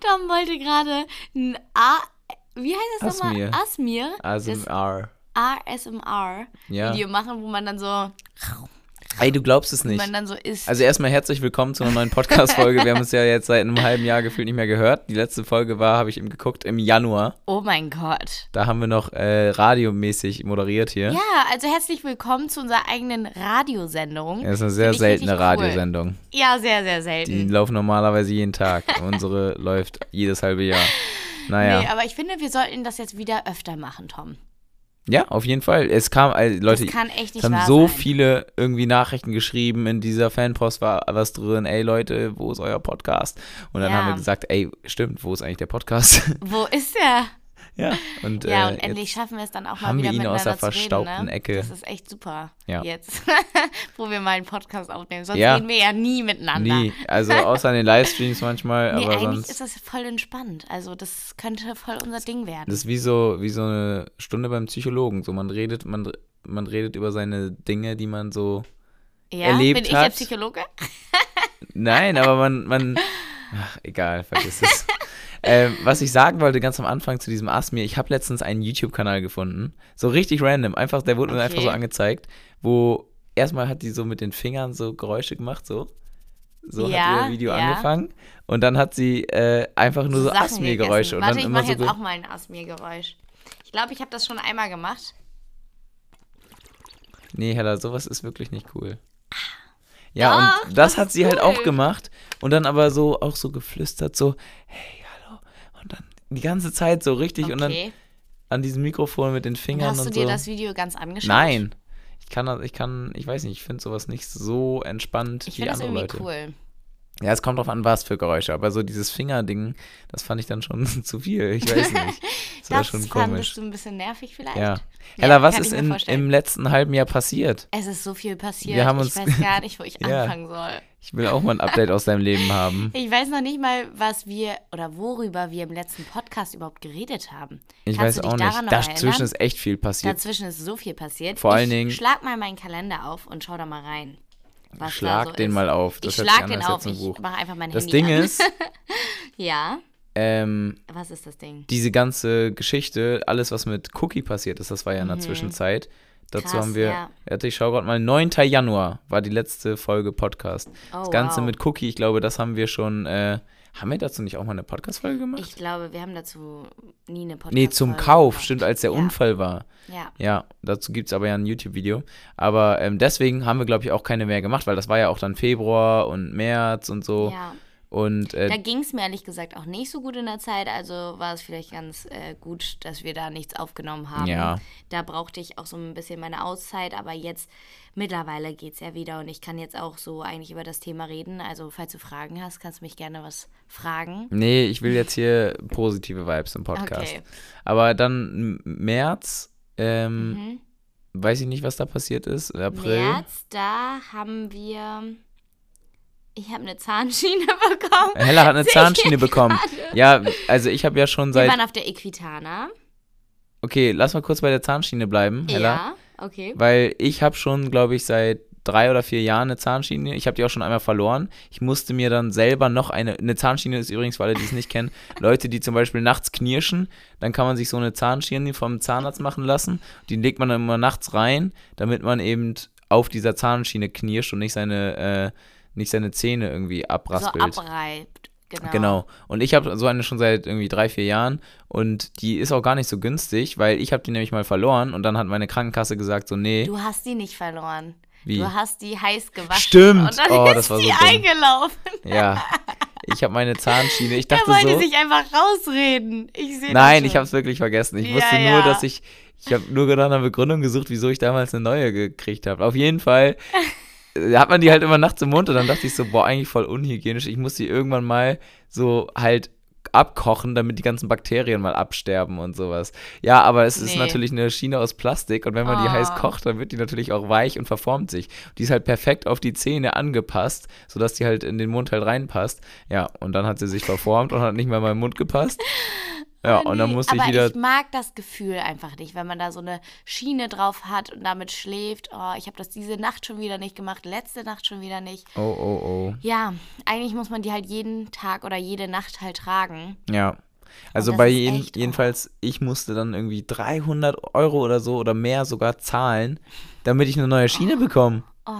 Malcolm wollte gerade ein A. Wie heißt das nochmal? Asmir. Asmir. Das ASMR. Ja. ASMR-Video machen, wo man dann so, Ey, du glaubst es wo nicht. man dann so isst. Also erstmal herzlich willkommen zu einer neuen Podcast-Folge. Wir haben uns ja jetzt seit einem halben Jahr gefühlt nicht mehr gehört. Die letzte Folge war, habe ich eben geguckt, im Januar. oh mein Gott. Da haben wir noch äh, radiomäßig moderiert hier. Ja, also herzlich willkommen zu unserer eigenen Radiosendung. Das ist eine sehr Finde ich seltene richtig cool. Mhm. Radiosendung. Ja, sehr, sehr Die selten. laufen normalerweise jeden Tag. Unsere läuft jedes halbe Jahr. Naja. Nee, aber ich finde, wir sollten das jetzt wieder öfter machen, Tom. ja, auf jeden Fall. Es kam, also, Leute, Das kann echt es nicht haben wahr so sein. viele irgendwie Nachrichten geschrieben. In dieser Fanpost war was drin. Ey, Leute, wo ist euer Podcast? Und dann Ja. haben wir gesagt, ey, stimmt, wo ist eigentlich der Podcast? Wo ist er? ja. Und, Ja, äh, und endlich schaffen wir es dann auch mal haben wir wieder ihn miteinander aus der zu reden, verstaubten ne? Ecke. Das ist echt super. Ja. Jetzt, wo wir mal einen Podcast aufnehmen. Sonst Ja. reden wir ja nie miteinander. Nie. Also außer in den Livestreams manchmal, Nee, aber eigentlich sonst. ist das voll entspannt. Also das könnte voll unser Ding werden. das ist wie so, wie so eine Stunde beim Psychologen. So, man redet, man, man redet über seine Dinge, die man so. ja, erlebt bin ich der hat. Psychologe? Nein, aber man, man. Ach, egal, vergiss es. Ähm, was ich sagen wollte ganz am Anfang zu diesem Asmir, ich habe letztens einen YouTube-Kanal gefunden, so richtig random, einfach, der wurde mir einfach Okay. so angezeigt, wo erstmal hat die so mit den Fingern so Geräusche gemacht, so. So Ja, hat ihr Video ja. angefangen und dann hat sie äh, einfach nur so Sachen gegessen. Asmir-Geräusche und Warte, dann ich immer mache so. jetzt ge- auch mal ein Asmir-Geräusch. Ich glaube, ich habe das schon einmal gemacht. Nee, Hella, sowas ist wirklich nicht cool. Ah, Ja, und das hat sie halt auch cool. gemacht und dann aber so auch so geflüstert, so, hey, hallo. Und dann die ganze Zeit so richtig Okay. und dann an diesem Mikrofon mit den Und Fingern hast und du dir so. das Video ganz angeschaut? Nein. Ich kann das, ich kann, ich weiß nicht, ich finde sowas nicht so entspannt Ich wie finde das andere irgendwie Leute. cool. Ja, es kommt drauf an, was für Geräusche, aber so dieses Fingerding, das fand ich dann schon zu viel. Ich weiß nicht. Das, war Das schon fandest komisch. du ein bisschen nervig vielleicht? Ja. Hella, was kann ist ich mir in, vorstellen. im letzten halben Jahr passiert? Es ist so viel passiert. Wir haben uns- ich weiß gar nicht, wo ich Ja. anfangen soll. Ich will auch mal ein Update aus deinem Leben haben. Ich weiß noch nicht mal, was wir oder worüber wir im letzten Podcast überhaupt geredet haben. Ich Kannst du weiß dich auch daran nicht. Noch Dazwischen erinnern? ist echt viel passiert. Dazwischen ist so viel passiert. Vor allen ich Dingen- Schlag mal meinen Kalender auf und schau da mal rein. Was Schlag da so den ist. mal auf. Das ich hört sich schlag an, den als auf. hättest du ein Ich Buch. mache einfach mein Das Handy Ding an. ist, Ja, ähm, was ist das Ding? diese ganze Geschichte, alles, was mit Cookie passiert ist, das war ja in der Zwischenzeit. Dazu Mhm. Krass, haben wir, ja. warte, ich schaue gerade mal, 9. Januar war die letzte Folge Podcast. Oh, das Ganze wow. mit Cookie, ich glaube, das haben wir schon, äh, haben wir dazu nicht auch mal eine Podcast-Folge gemacht? Ich glaube, wir haben dazu nie eine Podcast. nee, zum Kauf, stimmt, als der Unfall war. Ja. Ja, dazu gibt es aber ja ein YouTube-Video. Aber ähm, deswegen haben wir, glaube ich, auch keine mehr gemacht, weil das war ja auch dann Februar und März und so. ja. Und äh, Da ging es mir ehrlich gesagt auch nicht so gut in der Zeit, also war es vielleicht ganz äh, gut, dass wir da nichts aufgenommen haben. Ja. Da brauchte ich auch so ein bisschen meine Auszeit, aber jetzt mittlerweile geht es ja wieder und ich kann jetzt auch so eigentlich über das Thema reden. Also falls du Fragen hast, kannst du mich gerne was fragen. nee, ich will jetzt hier positive Vibes im Podcast. Okay. Aber dann M- März, ähm, weiß ich nicht, was da passiert ist. April. Mhm. März, da haben wir. Ich habe eine Zahnschiene bekommen. Hella hat eine Sehe ich Zahnschiene hier bekommen. gerade. Ja, also ich habe ja schon Wir seit. waren auf der Equitana. Okay, lass mal kurz bei der Zahnschiene bleiben, Hella. Ja, okay. Weil ich habe schon, glaube ich, seit drei oder vier Jahren eine Zahnschiene. Ich habe die auch schon einmal verloren. Ich musste mir dann selber noch eine. Eine Zahnschiene ist übrigens, für alle, die es nicht kennen, Leute, die zum Beispiel nachts knirschen, dann kann man sich so eine Zahnschiene vom Zahnarzt machen lassen. Die legt man dann immer nachts rein, damit man eben auf dieser Zahnschiene knirscht und nicht seine, äh, nicht seine Zähne irgendwie So abraspelt. abreibt. Genau. Genau. Und ich habe so eine schon seit irgendwie drei, vier Jahren und die ist auch gar nicht so günstig, weil ich habe die nämlich mal verloren und dann hat meine Krankenkasse gesagt, so, nee, Du hast die nicht verloren. Wie? Du hast die heiß gewaschen. Stimmt. Und dann Oh, ist das war so die dumm. eingelaufen. Ja. Ich habe meine Zahnschiene. Ich Er dachte wollte so. sich einfach rausreden. Ich sehe Nein, das ich schon. habe es wirklich vergessen. Ich Ja, wusste ja. nur, dass ich. Ich habe nur nach einer Begründung gesucht, wieso ich damals eine neue gekriegt habe. Auf jeden Fall äh, hat man die halt immer nachts im Mund und dann dachte ich so, boah, eigentlich voll unhygienisch. Ich muss die irgendwann mal so halt abkochen, damit die ganzen Bakterien mal absterben und sowas. Ja, aber es ist Nee. natürlich eine Schiene aus Plastik und wenn man die Oh. heiß kocht, dann wird die natürlich auch weich und verformt sich. Die ist halt perfekt auf die Zähne angepasst, sodass die halt in den Mund halt reinpasst. Ja, und dann hat sie sich verformt und hat nicht mehr in meinen Mund gepasst. Ja, Oh, und dann nee, musste ich aber wieder. ich mag das Gefühl einfach nicht, wenn man da so eine Schiene drauf hat und damit schläft. Oh, ich habe das diese Nacht schon wieder nicht gemacht, letzte Nacht schon wieder nicht. oh, oh, oh. Ja, eigentlich muss man die halt jeden Tag oder jede Nacht halt tragen. Ja. Also das bei ist jeden, echt, oh. jedenfalls, ich musste dann irgendwie 300 Euro oder so oder mehr sogar zahlen, damit ich eine neue Schiene bekomme. Oh,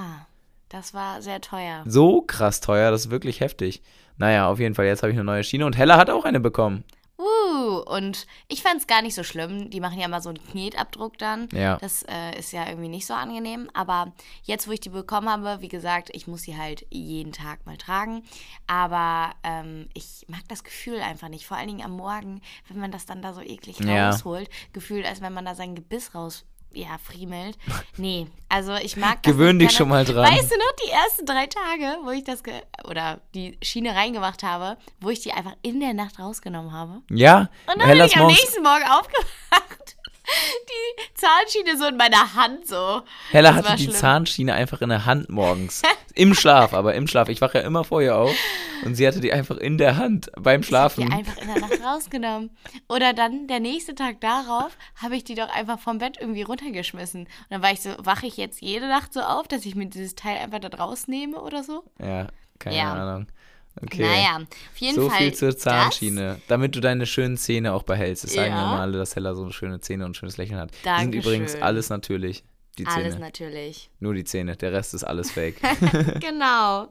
das war sehr teuer. So krass teuer, das ist wirklich heftig. Naja, auf jeden Fall, jetzt habe ich eine neue Schiene und Hella hat auch eine bekommen. Uh, und ich fand's gar nicht so schlimm. Die machen ja immer so einen Knetabdruck dann. Ja. Das äh, ist ja irgendwie nicht so angenehm. Aber jetzt, wo ich die bekommen habe, wie gesagt, ich muss sie halt jeden Tag mal tragen. Aber ähm, ich mag das Gefühl einfach nicht. Vor allen Dingen am Morgen, wenn man das dann da so eklig Ja. rausholt. Gefühlt, als wenn man da sein Gebiss raus. Ja, friemelt. Nee, also ich mag das. Gewöhn nicht gerne. dich schon mal dran. Weißt du noch, die ersten drei Tage, wo ich das, ge oder die Schiene reingemacht habe, wo ich die einfach in der Nacht rausgenommen habe? Ja, Und dann Hella bin Oh ist ich am morgens, nächsten Morgen aufgewacht. Die Zahnschiene so in meiner Hand so. Hella Das hatte war die schlimm. Zahnschiene einfach in der Hand morgens. Im Schlaf, aber im Schlaf. Ich wache ja immer vorher auf und sie hatte die einfach in der Hand beim Die Schlafen. einfach in der Nacht rausgenommen. Oder dann der nächste Tag darauf habe ich die doch einfach vom Bett irgendwie runtergeschmissen. Und dann war ich so, wache ich jetzt jede Nacht so auf, dass ich mir dieses Teil einfach da rausnehme oder so? Ja, keine Ja. Ahnung. Okay. Naja, auf jeden so Fall. viel zur das. Zahnschiene, damit du deine schönen Zähne auch behältst. Das sagen Ja. ja mal alle, dass Hella so eine schöne Zähne und ein schönes Lächeln hat. Die Dankeschön. sind übrigens alles natürlich. Die Zähne. Alles natürlich. Nur die Zähne, der Rest ist alles fake. Genau.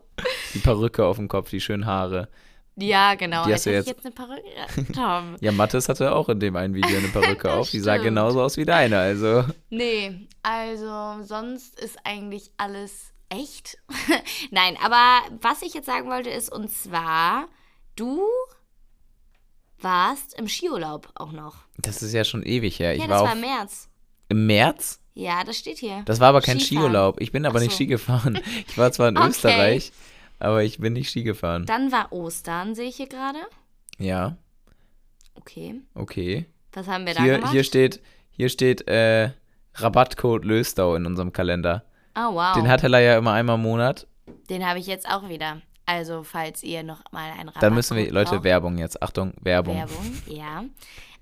die Perücke auf dem Kopf, die schönen Haare. Ja, genau. Die als hast du hätte ich jetzt jetzt- eine Perücke. Tom. Ja, Mattes hatte auch in dem einen Video eine Perücke auf, die sah Stimmt. genauso aus wie deine, also. Nee, also sonst ist eigentlich alles echt. Nein, aber was ich jetzt sagen wollte ist, und zwar, du warst im Skiurlaub auch noch. Das ist ja schon ewig her. Ich ja, das war, war auf, im März. im März. Ja, das steht hier. Das war aber kein Skifahren. Skiurlaub. Ich bin aber Ach nicht so. Ski gefahren. Ich war zwar in Okay. Österreich, aber ich bin nicht Ski gefahren. Dann war Ostern, sehe ich hier gerade. Ja, Okay. okay. Was haben wir da Hier, gemacht? hier steht, hier steht äh, Rabattcode Löstau in unserem Kalender. oh, wow. Den hat Hella ja immer einmal im Monat. Den habe ich jetzt auch wieder. Also, falls ihr noch mal einen Rabatt Dann müssen wir, Leute, braucht. Werbung jetzt. Achtung, Werbung. Werbung, ja.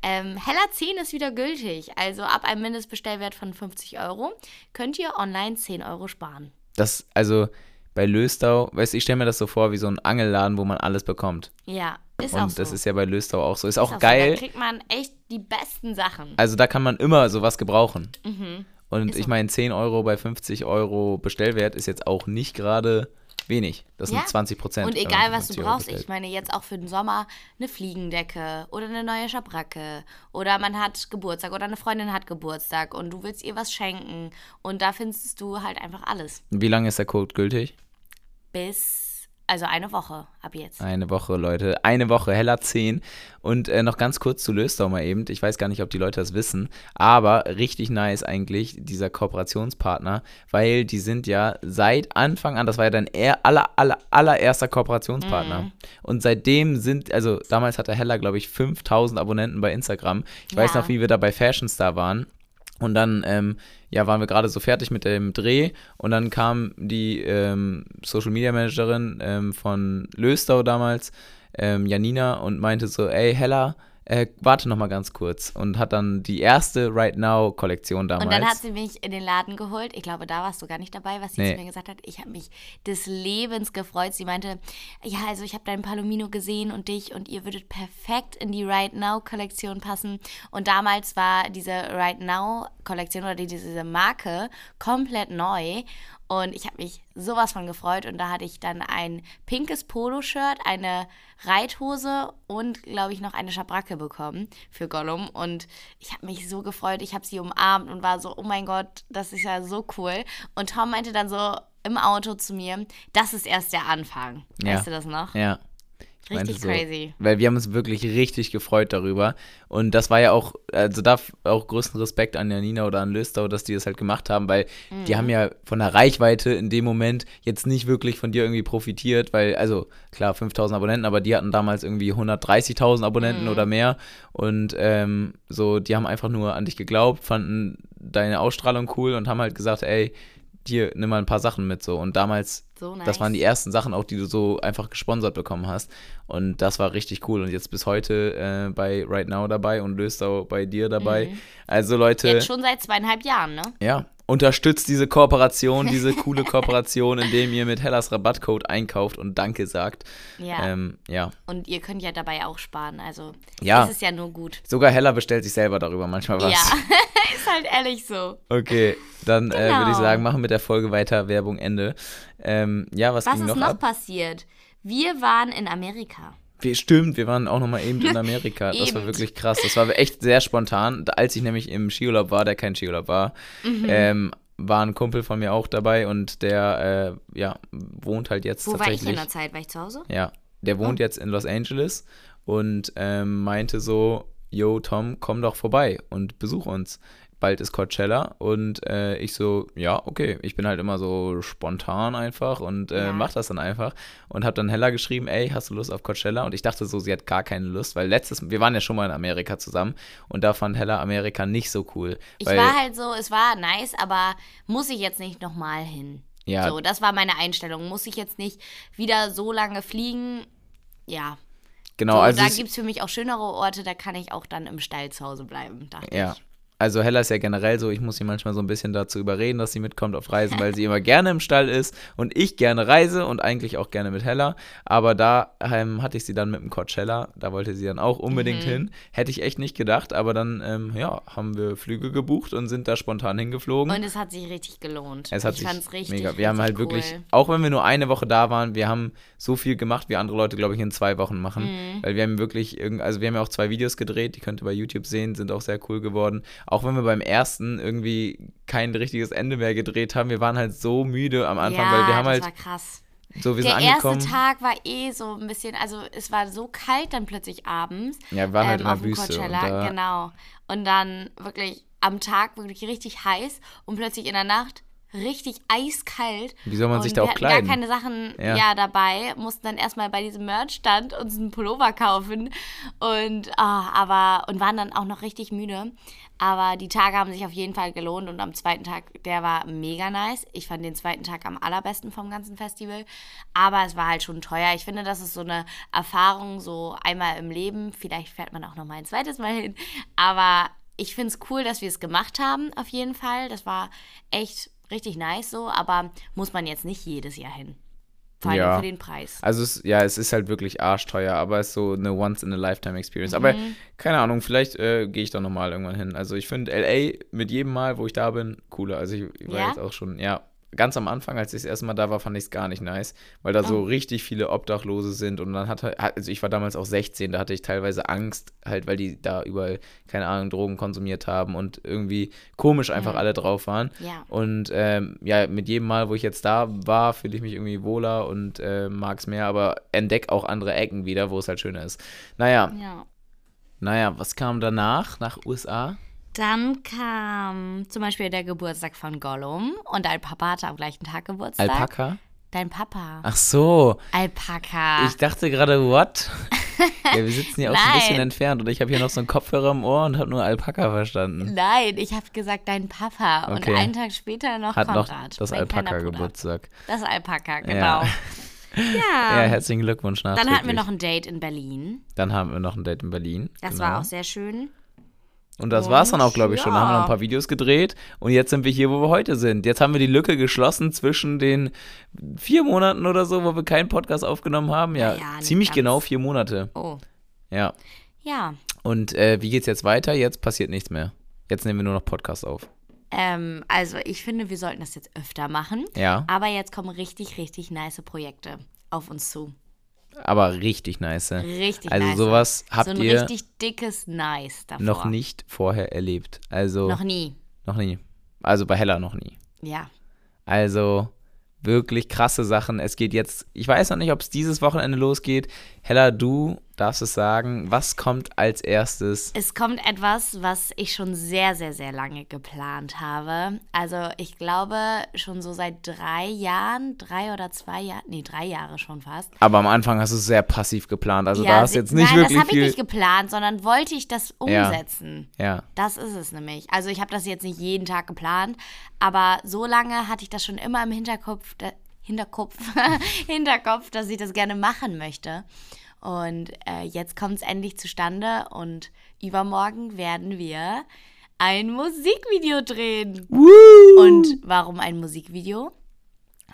Ähm, Heller 10 ist wieder gültig. Also ab einem Mindestbestellwert von 50 Euro könnt ihr online 10 Euro sparen. Das, also bei Löstau, weißt du, ich stelle mir das so vor wie so ein Angelladen, wo man alles bekommt. Ja, ist auch Und so. das ist ja bei Löstau auch so. Ist Ist auch so. Da geil. kriegt man echt die besten Sachen. Also da kann man immer sowas gebrauchen. Und Mhm. Ist ich so. meine, 10 Euro bei 50 Euro Bestellwert ist jetzt auch nicht gerade wenig. Das sind Ja. 20 Prozent. Und egal, was du brauchst, ich meine jetzt auch für den Sommer eine Fliegendecke oder eine neue Schabracke oder man hat Geburtstag oder eine Freundin hat Geburtstag und du willst ihr was schenken und da findest du halt einfach alles. Wie lange ist der Code gültig? Bis, also eine Woche ab jetzt. Eine Woche, Leute. Eine Woche, heller 10. Und äh, noch ganz kurz zu Löstau mal eben. Ich weiß gar nicht, ob die Leute das wissen, aber richtig nice eigentlich dieser Kooperationspartner, weil die sind ja seit Anfang an, das war ja dein er, aller, aller, allererster Kooperationspartner. Mhm. Und seitdem sind, also damals hatte Hella, glaube ich, 5000 Abonnenten bei Instagram. Ich weiß Ja. noch, wie wir da bei Fashion Star waren. Und dann, ähm, ja, waren wir gerade so fertig mit dem Dreh und dann kam die ähm, Social Media Managerin ähm, von Löstau damals, ähm, Janina, und meinte so, ey, Hella, äh, warte noch mal ganz kurz. Und hat dann die erste Right Now-Kollektion damals. Und dann hat sie mich in den Laden geholt. Ich glaube, da warst du gar nicht dabei, was sie Nee. zu mir gesagt hat. Ich habe mich des Lebens gefreut. Sie meinte, ja, also ich habe deinen Palomino gesehen und dich und ihr würdet perfekt in die Right Now-Kollektion passen. Und damals war diese Right Now-Kollektion oder die- diese Marke komplett neu. Und ich habe mich sowas von gefreut. Und da hatte ich dann ein pinkes Poloshirt, eine Reithose und, glaube ich, noch eine Schabracke bekommen für Gollum. Und ich habe mich so gefreut. Ich habe sie umarmt und war so, oh mein Gott, das ist ja so cool. Und Tom meinte dann so im Auto zu mir, das ist erst der Anfang. Ja. Weißt du das noch? Ja. Ich Richtig meinte crazy. Weil wir haben uns wirklich richtig gefreut darüber. Und das war ja auch, also da f- auch größten Respekt an Janina oder an Löstau, dass die das halt gemacht haben, weil Mhm. die haben ja von der Reichweite in dem Moment jetzt nicht wirklich von dir irgendwie profitiert, weil, also klar, 5000 Abonnenten, aber die hatten damals irgendwie 130.000 Mhm. Abonnenten oder mehr. Und ähm, so, die haben einfach nur an dich geglaubt, fanden deine Ausstrahlung cool und haben halt gesagt, ey, hier, nimm mal ein paar Sachen mit so. Und damals, So nice. das waren die ersten Sachen auch, die du so einfach gesponsert bekommen hast. Und das war richtig cool. Und jetzt bis heute äh, bei Right Now dabei und Löstau bei dir dabei. Also Leute. Mhm. Jetzt schon seit zweieinhalb Jahren, ne? Ja. Unterstützt diese Kooperation, diese coole Kooperation, indem ihr mit Hellas Rabattcode einkauft und Danke sagt. Ja. Ähm, ja. Und ihr könnt ja dabei auch sparen. Also, Ja. das ist ja nur gut. Sogar Hella bestellt sich selber darüber manchmal was. Ja, ist halt ehrlich so. Okay, dann äh, würde ich Genau. sagen, machen wir mit der Folge weiter. Werbung Ende. Ähm, ja, was, Was ging ist noch, noch ab? passiert? Wir waren in Amerika. Wir, stimmt, wir waren auch noch mal eben in Amerika. Das war Eben. wirklich krass. Das war echt sehr spontan. Als ich nämlich im Skiurlaub war, der kein Skiurlaub war, Mhm. ähm, war ein Kumpel von mir auch dabei und der äh, ja, wohnt halt jetzt Wo war ich tatsächlich. in der Zeit? War ich zu Hause? Ja, Ah. der wohnt jetzt in Los Angeles und ähm, meinte so, yo Tom, komm doch vorbei und besuch uns. Bald ist Coachella und äh, ich so, ja, okay, ich bin halt immer so spontan einfach und äh, Ja. mach das dann einfach und hab dann Hella geschrieben, ey, hast du Lust auf Coachella? Und ich dachte so, sie hat gar keine Lust, weil letztes, wir waren ja schon mal in Amerika zusammen und da fand Hella Amerika nicht so cool. Ich weil, war halt so, es war nice, aber muss ich jetzt nicht nochmal hin? Ja. So, das war meine Einstellung. Muss ich jetzt nicht wieder so lange fliegen? Ja. genau, so, also da es- gibt es für mich auch schönere Orte, da kann ich auch dann im Stall zu Hause bleiben, dachte Ja. ich. Also Hella ist ja generell so, ich muss sie manchmal so ein bisschen dazu überreden, dass sie mitkommt auf Reisen, weil sie immer gerne im Stall ist und ich gerne reise und eigentlich auch gerne mit Hella. Aber da ähm, hatte ich sie dann mit dem Coachella, da wollte sie dann auch unbedingt hin. Hätte ich echt nicht gedacht, aber dann ähm, ja, haben wir Flüge gebucht und sind da spontan hingeflogen. Und es hat sich richtig gelohnt. es hat ich sich fand's richtig. mega. Wir haben halt richtig wirklich, Cool. auch wenn wir nur eine Woche da waren, wir haben so viel gemacht, wie andere Leute, glaube ich, in zwei Wochen machen. Mhm. Weil wir haben wirklich, irgend- also wir haben ja auch zwei Videos gedreht, die könnt ihr bei YouTube sehen, sind auch sehr cool geworden. Auch wenn wir beim ersten irgendwie kein richtiges Ende mehr gedreht haben, wir waren halt so müde am Anfang, ja, weil wir haben das halt, war krass. so wir sind Der angekommen. erste Tag war eh so ein bisschen, also es war so kalt dann plötzlich abends. Ja, wir waren halt in der ähm, auf dem Wüste und Coachella, da- genau. Und dann wirklich am Tag wirklich richtig heiß und plötzlich in der Nacht richtig eiskalt. Wie soll man und sich da auch wir hatten kleiden? gar keine Sachen Ja. ja. dabei, mussten dann erstmal bei diesem Merch-Stand uns einen Pullover kaufen und ah, aber und waren dann auch noch richtig müde. Aber die Tage haben sich auf jeden Fall gelohnt und am zweiten Tag, der war mega nice. Ich fand den zweiten Tag am allerbesten vom ganzen Festival, aber es war halt schon teuer. Ich finde, das ist so eine Erfahrung so einmal im Leben. Vielleicht fährt man auch noch mal ein zweites Mal hin, aber ich finde es cool, dass wir es gemacht haben, auf jeden Fall. Das war echt richtig nice so, aber muss man jetzt nicht jedes Jahr hin. Vor allem Ja. für den Preis. Also es, ja, es ist halt wirklich arschteuer, aber es ist so eine Once-in-a-Lifetime-Experience. Aber Mhm. keine Ahnung, vielleicht äh, gehe ich da nochmal irgendwann hin. Also ich finde LA mit jedem Mal, wo ich da bin, cooler. Also ich, ich war Ja? jetzt auch schon, ja, ganz am Anfang, als ich das erste Mal da war, fand ich es gar nicht nice, weil da Oh. so richtig viele Obdachlose sind und dann hatte, also ich war damals auch 16, da hatte ich teilweise Angst, halt, weil die da überall, keine Ahnung, Drogen konsumiert haben und irgendwie komisch einfach alle drauf waren. Ja. Und ähm, ja, mit jedem Mal, wo ich jetzt da war, fühle ich mich irgendwie wohler und äh, mag es mehr, aber entdeck auch andere Ecken wieder, wo es halt schöner ist. Naja, Ja. naja, was kam danach, nach USA? Dann kam zum Beispiel der Geburtstag von Gollum und dein Papa hatte am gleichen Tag Geburtstag. Alpaka? Dein Papa. Ach so, Alpaka. ich dachte gerade, what? ja, wir sitzen ja auch so ein bisschen Nein. entfernt und ich habe hier noch so einen Kopfhörer im Ohr und habe nur Alpaka verstanden. Nein, ich habe gesagt dein Papa. Okay. Und einen Tag später noch Hat noch Konrad. das mein kleiner Bruder. Alpaka-Geburtstag. Das Alpaka, genau. Ja, Ja. herzlichen Glückwunsch Ähm, Dann hatten wir nachträglich. noch ein Date in Berlin. Dann haben wir noch ein Date in Berlin. Das genau. war auch sehr schön. Und das war's dann auch, glaube ich, schon. Da haben wir noch ein ja. paar Videos gedreht und jetzt sind wir hier, wo wir heute sind. Jetzt haben wir die Lücke geschlossen zwischen den vier Monaten oder so, wo wir keinen Podcast aufgenommen haben. Ja, Naja, nicht ziemlich ganz. genau vier Monate. Oh. Ja. Ja. Und äh, wie geht's jetzt weiter? Jetzt passiert nichts mehr. Jetzt nehmen wir nur noch Podcast auf. Ähm, also ich finde, wir sollten das jetzt öfter machen. Ja. Aber jetzt kommen richtig, richtig nice Projekte auf uns zu. Aber richtig nice. Richtig Also nice. sowas habt so ein ihr richtig dickes Nice davor. noch nicht vorher erlebt. Also Noch nie. noch nie. Also bei Hella noch nie. Ja. Also wirklich krasse Sachen. Es geht jetzt, ich weiß noch nicht, ob es dieses Wochenende losgeht. Hella, du darfst es sagen. Was kommt als erstes? Es kommt etwas, was ich schon sehr, sehr, sehr lange geplant habe. Also ich glaube schon so seit drei Jahren, drei oder zwei Jahre, nee, drei Jahre schon fast. Aber am Anfang hast du es sehr passiv geplant. Also Ja, da hast sie- du jetzt nicht nein, wirklich das habe viel. ich nicht geplant, sondern wollte ich das Ja. umsetzen. ja. Das ist es nämlich. Also ich habe das jetzt nicht jeden Tag geplant, aber so lange hatte ich das schon immer im Hinterkopf, da, Hinterkopf, Hinterkopf, dass ich das gerne machen möchte. Und äh, jetzt kommt es endlich zustande und übermorgen werden wir ein Musikvideo drehen. Und warum ein Musikvideo?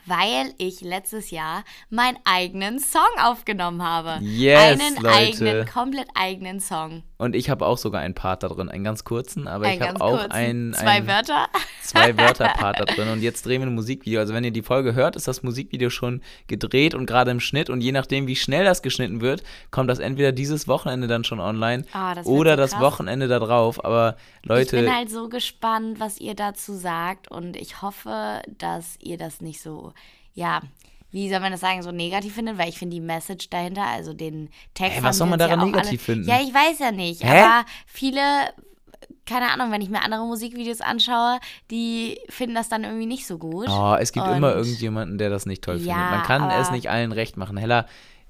Weil ich letztes Jahr meinen eigenen Song aufgenommen habe. Yes, Einen Leute. eigenen, komplett eigenen Song. Und ich habe auch sogar einen Part da drin, einen ganz kurzen, aber Einen ich habe ganz auch kurzen, einen, zwei einen Wörter. zwei Wörter Part da drin und jetzt drehen wir ein Musikvideo. Also wenn ihr die Folge hört, ist das Musikvideo schon gedreht und gerade im Schnitt und je nachdem, wie schnell das geschnitten wird, kommt das entweder dieses Wochenende dann schon online Ah, das wird oder so das krass. Wochenende da drauf. Aber Ich Leute, bin halt so gespannt, was ihr dazu sagt und ich hoffe, dass ihr das nicht so, ja, wie soll man das sagen, so negativ findet, weil ich finde die Message dahinter, also den Text. Hä, was haben soll wir man uns daran ja auch alle, negativ finden? Ja, ich weiß ja nicht, Hä? aber viele, keine Ahnung, wenn ich mir andere Musikvideos anschaue, die finden das dann irgendwie nicht so gut. oh, es gibt immer Und- irgendjemanden, der das nicht toll Ja, findet. Man kann aber- es nicht allen recht machen. Hella,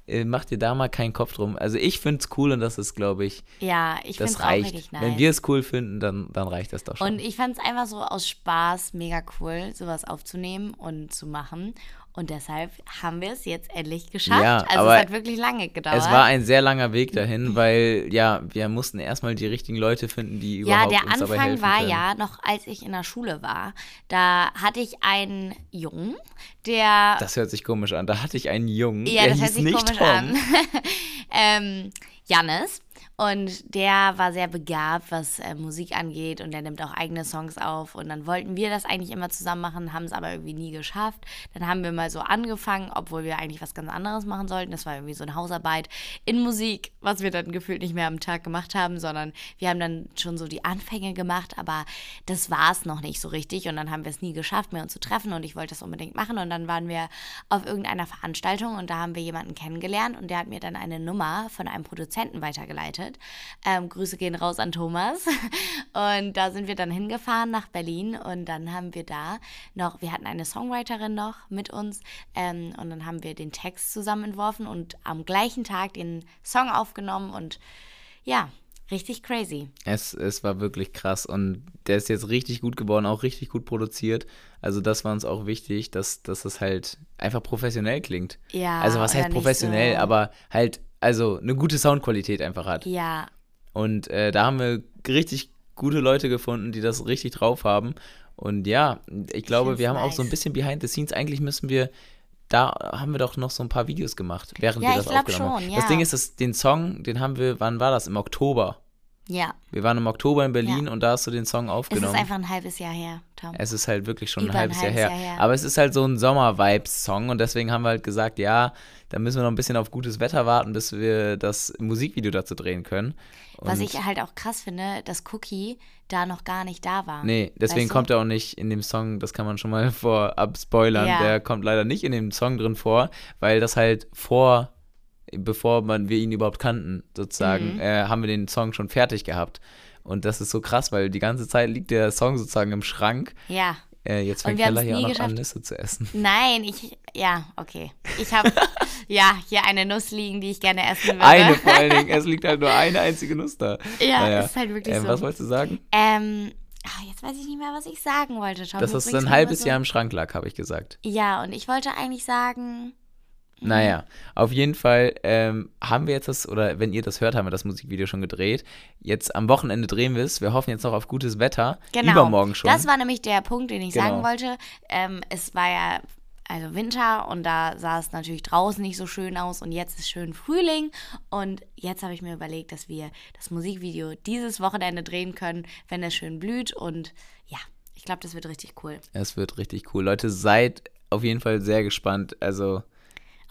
äh, mach dir da mal keinen Kopf drum. Also ich finde es cool und das ist, glaube ich, Ja, ich finde das es auch reicht. richtig nice. Wenn wir es cool finden, dann, dann reicht das doch schon. Und ich fand es einfach so aus Spaß mega cool, sowas aufzunehmen und zu machen. Und deshalb haben wir es jetzt endlich geschafft. Ja, also aber es hat wirklich lange gedauert. Es war ein sehr langer Weg dahin, weil ja, wir mussten erstmal die richtigen Leute finden, die ja, überhaupt der uns dabei Anfang helfen war können. ja noch, als ich in der Schule war. Da hatte ich einen Jungen, der Das hört sich komisch an. Da hatte ich einen Jungen, Ja, der das hört hieß sich nicht komisch Tom. an. ähm, Jannis. Und der war sehr begabt, was äh, Musik angeht und der nimmt auch eigene Songs auf. Und dann wollten wir das eigentlich immer zusammen machen, haben es aber irgendwie nie geschafft. Dann haben wir mal so angefangen, obwohl wir eigentlich was ganz anderes machen sollten. Das war irgendwie so eine Hausarbeit in Musik, was wir dann gefühlt nicht mehr am Tag gemacht haben, sondern wir haben dann schon so die Anfänge gemacht, aber das war es noch nicht so richtig. Und dann haben wir es nie geschafft, mehr uns zu treffen und ich wollte das unbedingt machen. Und dann waren wir auf irgendeiner Veranstaltung und da haben wir jemanden kennengelernt und der hat mir dann eine Nummer von einem Produzenten weitergeleitet. Ähm, Grüße gehen raus an Thomas. Und da sind wir dann hingefahren nach Berlin und dann haben wir da noch, wir hatten eine Songwriterin noch mit uns ähm, und dann haben wir den Text zusammen entworfen und am gleichen Tag den Song aufgenommen und ja, richtig crazy. Es, es war wirklich krass und der ist jetzt richtig gut geworden, auch richtig gut produziert. Also das war uns auch wichtig, dass, dass das halt einfach professionell klingt. Ja, also was oder heißt nicht professionell, so- aber halt also eine gute Soundqualität einfach hat. Ja, Und äh, da haben wir richtig gute Leute gefunden, die das richtig drauf haben. Und ja, ich glaube, find's wir haben auch so ein nice. bisschen behind the scenes. Eigentlich müssen wir, da haben wir doch noch so ein paar Videos gemacht, während Ja, wir ich das glaub aufgenommen haben. schon, Das ja. Ding ist, dass den Song, den haben wir, wann war das? Im Oktober. ja. Wir waren im Oktober in Berlin und da hast du den Song Es ist aufgenommen. einfach ein halbes Jahr her, Tom. Es ist halt wirklich schon ein Über ein halbes, halbes Jahr, her. Jahr her. Aber es ist halt so ein Sommer-Vibes-Song und deswegen haben wir halt gesagt, ja, da müssen wir noch ein bisschen auf gutes Wetter warten, bis wir das Musikvideo dazu drehen können. Was Und- ich halt auch krass finde, dass Cookie da noch gar nicht da war. Nee, deswegen Weißt du? kommt er auch nicht in dem Song, das kann man schon mal vorab spoilern. Ja. Der kommt leider nicht in dem Song drin vor, weil das halt vor, bevor man, wir ihn überhaupt kannten, sozusagen, Mhm. äh, haben wir den Song schon fertig gehabt. Und das ist so krass, weil die ganze Zeit liegt der Song sozusagen im Schrank. Ja. Äh, jetzt Und fängt wir haben's Keller hier nie auch noch an, geschafft. Nüsse zu essen. Nein, ich. Ja, okay. Ich habe ja hier eine Nuss liegen, die ich gerne essen würde. Eine vor allen Dingen, es liegt halt nur eine einzige Nuss da. Ja, ist halt wirklich Ähm, so. Was wolltest du sagen? Ähm, ah, jetzt weiß ich nicht mehr, was ich sagen wollte, Tom. Dass Du das so bringst ein mich immer halbes so- Jahr im Schrank lag, habe ich gesagt. Ja, und ich wollte eigentlich sagen. Mhm. Naja, auf jeden Fall ähm, haben wir jetzt das, oder wenn ihr das hört, haben wir das Musikvideo schon gedreht. Jetzt am Wochenende drehen wir es. Wir hoffen jetzt noch auf gutes Wetter. Genau. Übermorgen schon. Das war nämlich der Punkt, den ich Genau. sagen wollte. Ähm, es war ja also Winter und da sah es natürlich draußen nicht so schön aus und jetzt ist schön Frühling und jetzt habe ich mir überlegt, dass wir das Musikvideo dieses Wochenende drehen können, wenn es schön blüht und ja, ich glaube, das wird richtig cool. es wird richtig cool. Leute, seid auf jeden Fall sehr gespannt. Also,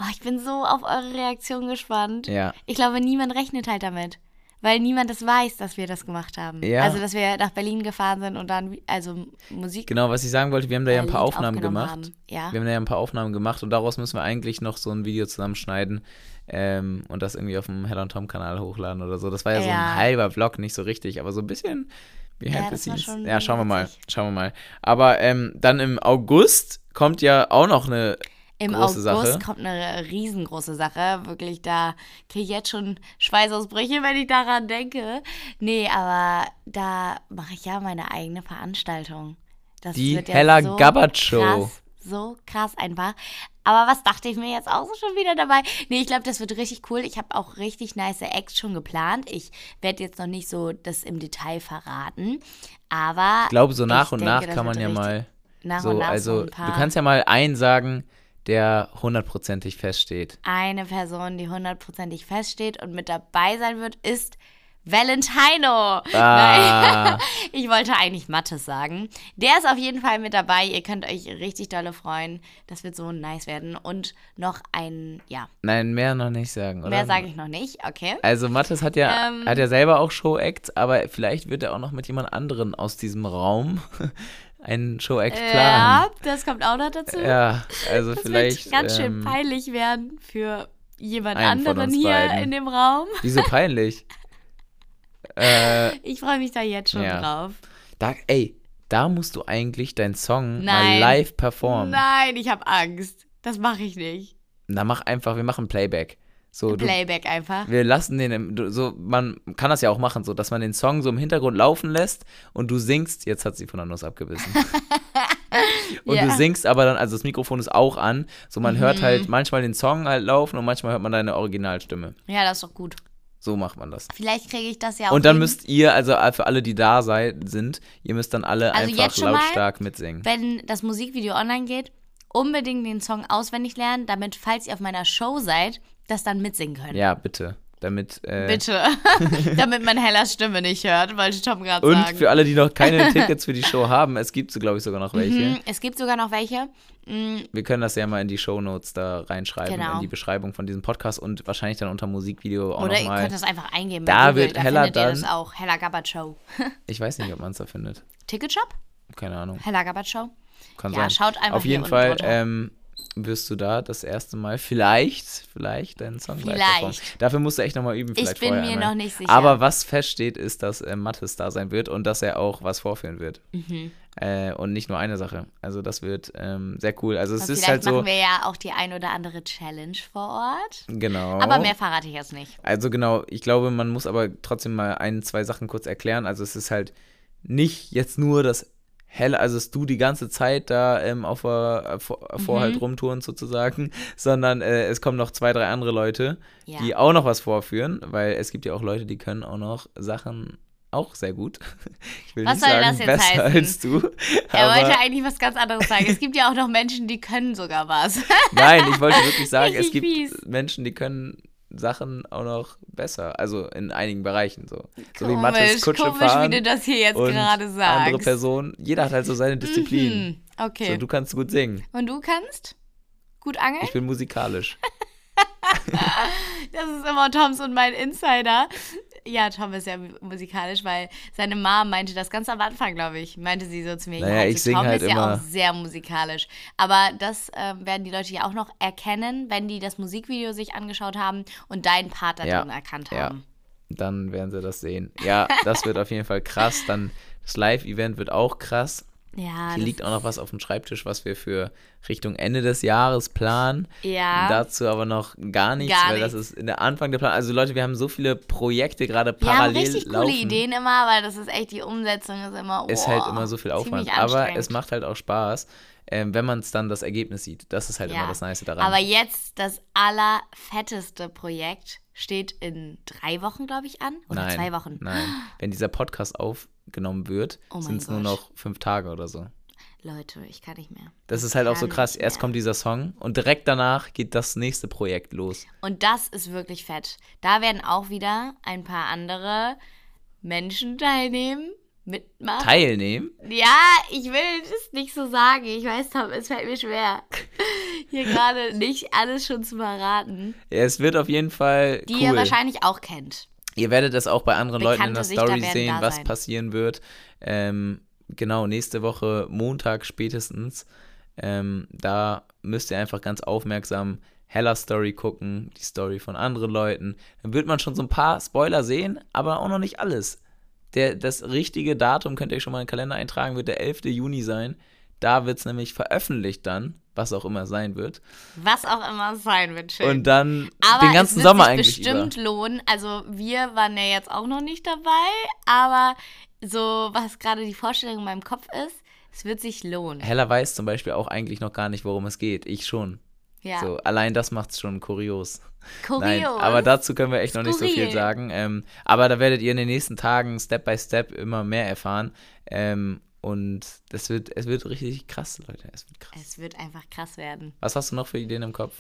Oh, ich bin so auf eure Reaktion gespannt. Ja. Ich glaube, niemand rechnet halt damit. weil niemand das weiß, dass wir das gemacht haben. Ja. Also, dass wir nach Berlin gefahren sind und dann, wie- also Musik. Genau, was ich sagen wollte, wir haben da ja ein paar Äh, Lied Aufnahmen aufgenommen gemacht. haben. Ja. Wir haben da ja ein paar Aufnahmen gemacht und daraus müssen wir eigentlich noch so ein Video zusammenschneiden ähm, und das irgendwie auf dem Hell und Tom Kanal hochladen oder so. Das war ja, so Ja. ein halber Vlog, nicht so richtig, aber so ein bisschen behind Ja, the das war scenes. schon Ja, schauen wir mal, witzig. schauen wir mal. Aber ähm, dann im August kommt ja auch noch eine Im große August Sache. kommt eine riesengroße Sache. Wirklich, da kriege ich jetzt schon Schweißausbrüche, wenn ich daran denke. Nee, aber da mache ich ja meine eigene Veranstaltung. Das Die wird ja Hella so Gabbard Show. Krass, so krass einfach. Aber was dachte ich mir jetzt auch schon wieder dabei? Nee, ich glaube, das wird richtig cool. Ich habe auch richtig nice Acts schon geplant. Ich werde jetzt noch nicht so das im Detail verraten. Aber. Ich glaube, so nach und denke, nach das kann man wird ja richtig- mal Nach so, und nach also so ein paar du kannst ja mal einen sagen, der hundertprozentig feststeht. eine Person, die hundertprozentig feststeht und mit dabei sein wird, ist Valentino. Ah. Nein, ich wollte eigentlich Mattes sagen. Der ist auf jeden Fall mit dabei. Ihr könnt euch richtig dolle freuen. Das wird so nice werden. Und noch ein, ja, Nein, mehr noch nicht sagen, oder? mehr sage ich noch nicht. Okay. Also Mathis hat ja, Ähm. hat ja selber auch Show-Acts, aber vielleicht wird er auch noch mit jemand anderen aus diesem Raum einen Show-Act planen. Ja, das kommt auch noch dazu. Ja, also das vielleicht. wird ganz schön ähm, peinlich werden für jemand einen von anderen uns hier beiden. in dem Raum. Wieso peinlich? äh, Ich freue mich da jetzt schon Ja. drauf. da, ey, da musst du eigentlich deinen Song mal Nein. live performen. Nein, ich habe Angst. Das mache ich nicht. Na, mach einfach, wir machen Playback. So, du, Playback einfach. wir lassen den, im- du- so, man kann das ja auch machen, so, dass man den Song so im Hintergrund laufen lässt und du singst, jetzt hat sie von der Nuss abgebissen. und Ja. Mhm. du singst aber dann, also das Mikrofon ist auch an, so man hört halt manchmal den Song halt laufen und manchmal hört man deine Originalstimme. Ja, das ist doch gut. So macht man das. Vielleicht kriege ich das ja auch. Und dann hin. müsst ihr, also für alle, die da seid, sind, ihr müsst dann alle Also einfach jetzt schon mal? lautstark mitsingen. Wenn das Musikvideo online geht, unbedingt den Song auswendig lernen, damit, falls ihr auf meiner Show seid, das dann mitsingen könnt. Ja, bitte. Damit, äh, Bitte. damit man Hellas Stimme nicht hört, wollte Tom gerade Und sagen. für alle, die noch keine Tickets für die Show haben, es gibt so, glaube ich, sogar noch welche. Hm, es gibt sogar noch welche. Hm, Wir können das ja mal in die Shownotes da reinschreiben, Genau. in die Beschreibung von diesem Podcast und wahrscheinlich dann unter Musikvideo auch Oder ihr nochmal. könnt das einfach eingeben. bei Da Google, wird da Hella findet ihr dann- das auch. Hella Gabbard Show. Ich weiß nicht, ob man es da findet. Ticketshop? Keine Ahnung. Hella Gabbard Show. Kann Ja, sein. schaut einfach Auf hier jeden unten Fall drunter. ähm, wirst du da das erste Mal vielleicht, vielleicht deinen Song live performen. Vielleicht. Dafür musst du echt nochmal üben. Vielleicht bin vorher mir einmal. noch nicht sicher. Aber was feststeht, ist, dass äh, Mathis da sein wird und dass er auch was vorführen wird. Mhm. Äh, und nicht nur eine Sache. Also das wird ähm, sehr cool. Also es Und ist vielleicht halt so. machen wir ja auch die ein oder andere Challenge vor Ort. Genau. Aber mehr verrate ich jetzt nicht. Also genau, ich glaube, man muss aber trotzdem mal ein, zwei Sachen kurz erklären. Also es ist halt nicht jetzt nur das Helle, also dass du die ganze Zeit da ähm, auf der äh, vor, vor Mhm. halt rumtouren sozusagen, sondern äh, es kommen noch zwei, drei andere Leute, Ja. die auch noch was vorführen, weil es gibt ja auch Leute, die können auch noch Sachen auch sehr gut. Ich will Was nicht soll sagen, das jetzt besser heißen? als du. Er aber- wollte eigentlich was ganz anderes sagen. Es gibt ja auch noch Menschen, die können sogar was. Nein, ich wollte wirklich sagen, es Richtig gibt fies. Menschen, die können Sachen auch noch besser. Also in einigen Bereichen so. so wie Mathis Kutsche komisch, fahren wie du das hier jetzt und gerade andere sagst. Personen. Jeder hat halt so seine Disziplin. Hm, okay. So, du kannst gut singen. Und du kannst gut angeln? Ich bin musikalisch. Das ist immer Toms und mein Insider. Ja, Tom ist ja musikalisch, weil seine Mom meinte das ganz am Anfang, glaube ich. Meinte sie so zu mir. Naja, ja, also ich sing Tom halt ist ja immer. auch sehr musikalisch. Aber das ähm, werden die Leute ja auch noch erkennen, wenn die das Musikvideo sich angeschaut haben und deinen Part da Ja, drin erkannt ja. haben. Dann werden sie das sehen. Ja, das wird auf jeden Fall krass. Dann das Live-Event wird auch krass. Ja, Hier das- liegt auch noch was auf dem Schreibtisch, was wir für Richtung Ende des Jahres planen. ja. Dazu aber noch gar nichts, Gar weil das ist in der Anfang der Plan. Also Leute, wir haben so viele Projekte gerade parallel Wir haben richtig laufen. coole Ideen immer, weil das ist echt, die Umsetzung ist immer, oh, Ist halt immer so viel Aufwand, ziemlich aber anstrengend. es macht halt auch Spaß, ähm, wenn man es dann das Ergebnis sieht. Das ist halt Ja. immer das Nice daran. Aber jetzt das allerfetteste Projekt steht in drei Wochen, glaube ich, an. Oder nein, zwei Wochen. Nein. Wenn dieser Podcast aufgenommen wird, Oh mein sind es nur Gott. noch fünf Tage oder so. Leute, ich kann nicht mehr. Das ist halt auch so Kann krass. nicht Erst mehr. kommt dieser Song und direkt danach geht das nächste Projekt los. Und das ist wirklich fett. Da werden auch wieder ein paar andere Menschen teilnehmen, mitmachen. Teilnehmen. Ja, ich will es nicht so sagen. Ich weiß, Tom, es fällt mir schwer, hier gerade nicht alles schon zu verraten, Ja, es wird auf jeden Fall die cool. ihr wahrscheinlich auch kennt. Ihr werdet das auch bei anderen Leuten in Bekannte der Sichter Story werden sehen, da was sein. passieren wird. Ähm, genau, nächste Woche, Montag spätestens. Ähm, da müsst ihr einfach ganz aufmerksam Heller Story gucken, die Story von anderen Leuten. Dann wird man schon so ein paar Spoiler sehen, aber auch noch nicht alles. Der, das richtige Datum könnt ihr schon mal in den Kalender eintragen, wird der 11. Juni sein. Da wird es nämlich veröffentlicht dann, was auch immer sein wird. Was auch immer es sein wird, schön. Und dann aber den ganzen es wird Sommer sich eigentlich über. bestimmt lohnen. Also wir waren ja jetzt auch noch nicht dabei, aber so was gerade die Vorstellung in meinem Kopf ist, es wird sich lohnen. Hella weiß zum Beispiel auch eigentlich noch gar nicht, worum es geht. Ich schon. Ja. So, allein das macht's schon kurios. Kurios. Nein, aber dazu können wir echt noch nicht so viel Skurril. sagen. Ähm, aber da werdet ihr in den nächsten Tagen Step by Step immer mehr erfahren. Ähm, und das wird, es wird richtig krass, Leute. Es wird krass. es wird einfach krass werden. Was hast du noch für Ideen im Kopf?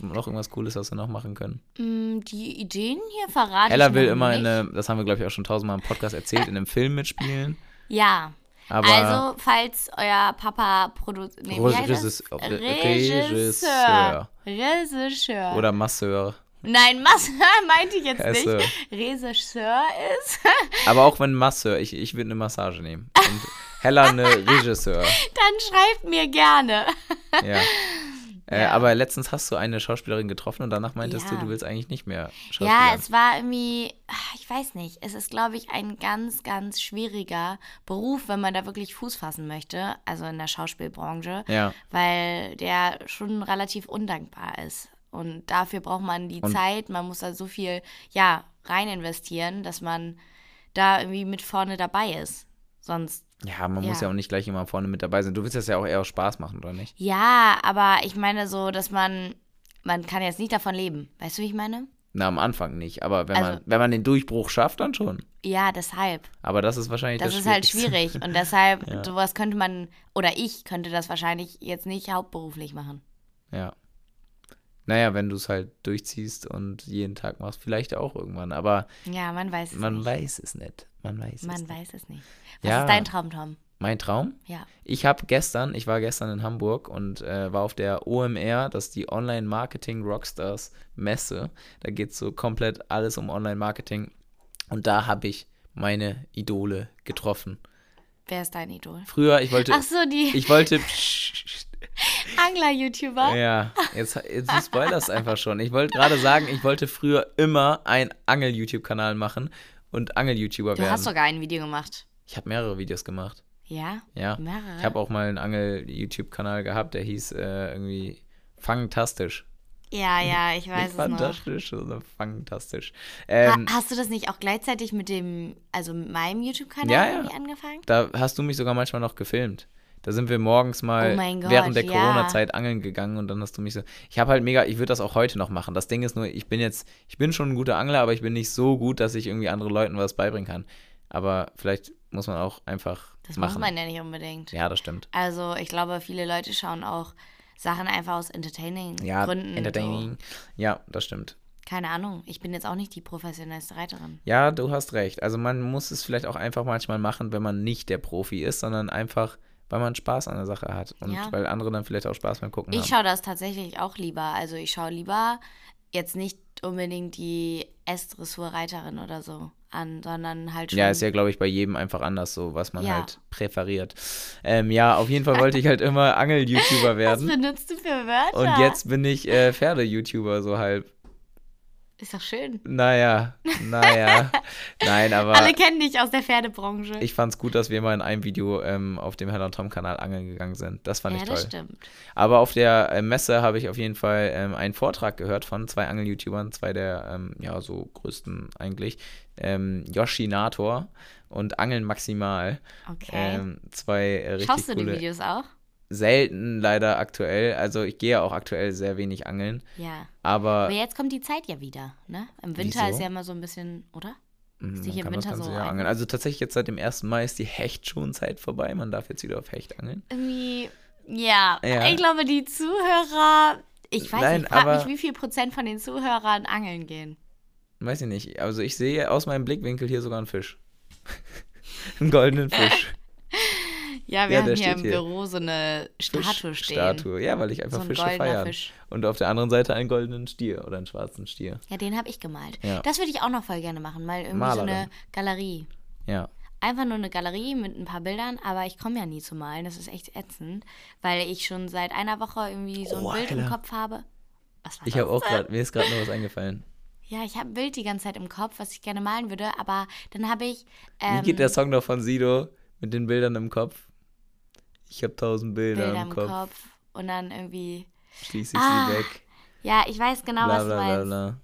Noch irgendwas Cooles, was wir noch machen können? Mm, die Ideen hier verraten. Ella will immer in einem, das haben wir glaube ich auch schon tausendmal im Podcast erzählt, in einem Film mitspielen. Ja. Aber also, falls euer Papa produziert. Nee, wie Re- heißt das? Regisseur- Regisseur. Regisseur. Regisseur. oder Masseur. Nein, was meinte ich jetzt Also. nicht. Regisseur ist. Aber auch wenn Masseur, ich, ich würde eine Massage nehmen. Und Hella eine Regisseur. Dann schreibt mir gerne. Ja. Äh, Ja. aber letztens hast du eine Schauspielerin getroffen und danach meintest du, Ja. du willst eigentlich nicht mehr Ja, Schauspielern. es war irgendwie, ah, ich weiß nicht, es ist, glaube ich, ein ganz, ganz schwieriger Beruf, wenn man da wirklich Fuß fassen möchte, also in der Schauspielbranche, Ja. weil der schon relativ undankbar ist. Und dafür braucht man die Und- Zeit, man muss da so viel, ja, rein investieren, dass man da irgendwie mit vorne dabei ist. Sonst ja, man muss Ja. ja auch nicht gleich immer vorne mit dabei sein. Du willst das ja auch eher aus Spaß machen, oder nicht? Ja, aber ich meine so, dass man, man kann jetzt nicht davon leben. Weißt du, wie ich meine? Na, am Anfang nicht. Aber wenn, man, Also- wenn man den Durchbruch schafft, dann schon. Ja, deshalb. Aber das ist wahrscheinlich Das, das, ist halt Schwierigste. schwierig. Und deshalb, Ja. sowas könnte man, oder ich könnte das wahrscheinlich jetzt nicht hauptberuflich machen. Ja. Naja, wenn du es halt durchziehst und jeden Tag machst, vielleicht auch irgendwann. Aber Ja, man weiß es man nicht. weiß es nicht. Man weiß es man nicht. weiß es nicht. Was Ja. ist dein Traum, Tom? Mein Traum? Ja. Ich habe gestern, ich war gestern in Hamburg und äh, war auf der OMR, das ist die Online Marketing Rockstars Messe. Da geht so komplett alles um Online Marketing. Und da habe ich meine Idole getroffen. Wer ist dein Idol? Früher, ich wollte. Ach so, die Ich wollte. Angler-YouTuber. ja, jetzt, jetzt du spoilerst einfach schon. Ich wollte gerade sagen, ich wollte früher immer einen Angel-YouTube-Kanal machen und Angel-YouTuber Du werden. hast sogar ein Video gemacht. ich habe mehrere Videos gemacht. Ja? Ja. Mehrere? Ah, Ich habe auch mal einen Angel-YouTube-Kanal gehabt, der hieß äh, irgendwie Fantastisch. Ja, ja, ich weiß es noch. Fantastisch oder fantastisch. Ha Ähm, hast du das nicht auch gleichzeitig mit dem, also mit meinem YouTube-Kanal Ja, ja. irgendwie angefangen? da hast du mich sogar manchmal noch gefilmt. Da sind wir morgens mal Oh mein Gott, während der ja. Corona-Zeit angeln gegangen und dann hast du mich so. Ich habe halt mega, ich würde das auch heute noch machen. Das Ding ist nur, ich bin jetzt, ich bin schon ein guter Angler, aber ich bin nicht so gut, dass ich irgendwie anderen Leuten was beibringen kann. Aber vielleicht muss man auch einfach Das machen. muss man ja nicht unbedingt. ja, das stimmt. Also ich glaube, viele Leute schauen auch Sachen einfach aus Entertaining-Gründen. Ja, So. Entertaining. Ja, das stimmt. Keine Ahnung. Ich bin jetzt auch nicht die professionellste Reiterin. Ja, du hast recht. Also man muss es vielleicht auch einfach manchmal machen, wenn man nicht der Profi ist, sondern einfach, weil man Spaß an der Sache hat und Ja. weil andere dann vielleicht auch Spaß beim Gucken Ich haben. schaue das tatsächlich auch lieber. Also ich schaue lieber jetzt nicht unbedingt die S-Dressur-Reiterin oder so an, sondern halt schon. Ja, ist ja, glaube ich, bei jedem einfach anders so, was man Ja. halt präferiert. Ähm, ja, auf jeden Fall wollte ich halt immer Angel-YouTuber Was werden. benutzt du für Wörter? Und jetzt bin ich äh, Pferde-YouTuber, so halb. Ist doch schön. Naja, naja. Nein, aber Alle kennen dich aus der Pferdebranche. ich fand's gut, dass wir mal in einem Video ähm, auf dem Herrn und Tom-Kanal angeln gegangen sind. Das fand ja, ich toll. das stimmt. Aber auf der äh, Messe habe ich auf jeden Fall ähm, einen Vortrag gehört von zwei Angel-YouTubern, zwei der ähm, ja so größten eigentlich, ähm, Yoshinator und Angeln Maximal. Okay. Ähm, zwei äh, richtig Schaust du coole. die Videos auch? Selten leider aktuell. Also ich gehe ja auch aktuell sehr wenig angeln, Ja. aber Aber jetzt kommt die Zeit ja wieder, ne? Im Winter Wieso? ist ja immer so ein bisschen, oder? mh, sich im mhm, man kann das Winter ganze so Jahr ein- angeln. Also tatsächlich jetzt seit dem 1. Mai ist die Hechtschonzeit vorbei. Man darf jetzt wieder auf Hecht angeln. irgendwie, ja. Ja. Ich glaube, die Zuhörer, ich weiß Nein, nicht, ich frage aber- mich, wie viel Prozent von den Zuhörern angeln gehen. Weiß ich nicht. Also ich sehe aus meinem Blickwinkel hier sogar einen Fisch. einen goldenen Fisch. Ja, wir Ja, der haben hier steht im hier. Büro so eine Statue stehen. Statue, ja, weil ich einfach So ein Fische goldener feiern. Fisch. Und auf der anderen Seite einen goldenen Stier oder einen schwarzen Stier. Ja, den habe ich gemalt. Ja. Das würde ich auch noch voll gerne machen, mal irgendwie so eine Malerin. Galerie. Ja. Einfach nur eine Galerie mit ein paar Bildern, aber ich komme ja nie zu malen. Das ist echt ätzend, weil ich schon seit einer Woche irgendwie so ein Oh, Bild im Alter. Kopf habe. Was war Ich das? habe auch gerade, mir ist gerade noch was eingefallen. Ja, ich habe ein Bild die ganze Zeit im Kopf, was ich gerne malen würde, aber dann habe ich. Wie Ähm, geht der Song noch von Sido mit den Bildern im Kopf? Ich habe tausend Bilder, Bilder im Kopf, und dann irgendwie. schließe ich Ah, sie weg. Ja, ich weiß genau, Bla was du bla meinst. Mm. bla bla.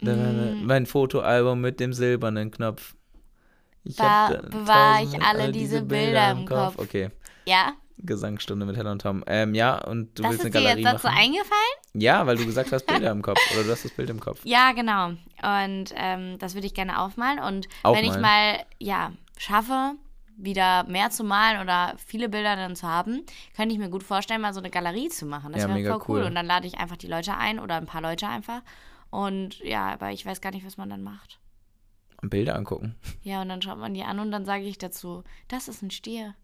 Da, da, da. Mein Fotoalbum mit dem silbernen Knopf. Ich Ba- hab da bewahr tausend- äh, ich alle diese Bilder im Kopf. Okay, Ja, Gesangsstunde mit Helen und Tom. Ähm, ja, und du das willst ist eine dir Galerie jetzt dazu machen? eingefallen? Ja, weil du gesagt hast, Bilder im Kopf. Oder du hast das Bild im Kopf. Ja, genau. Und ähm, das würde ich gerne aufmalen. Und wenn ich Aufmalen. mal, ja, schaffe, wieder mehr zu malen oder viele Bilder dann zu haben, könnte ich mir gut vorstellen, mal so eine Galerie zu machen. Das Ja, wäre mega voll cool. cool. Und dann lade ich einfach die Leute ein oder ein paar Leute einfach. Und ja, aber ich weiß gar nicht, was man dann macht. Und Bilder angucken. Ja, und dann schaut man die an und dann sage ich dazu, das ist ein Stier.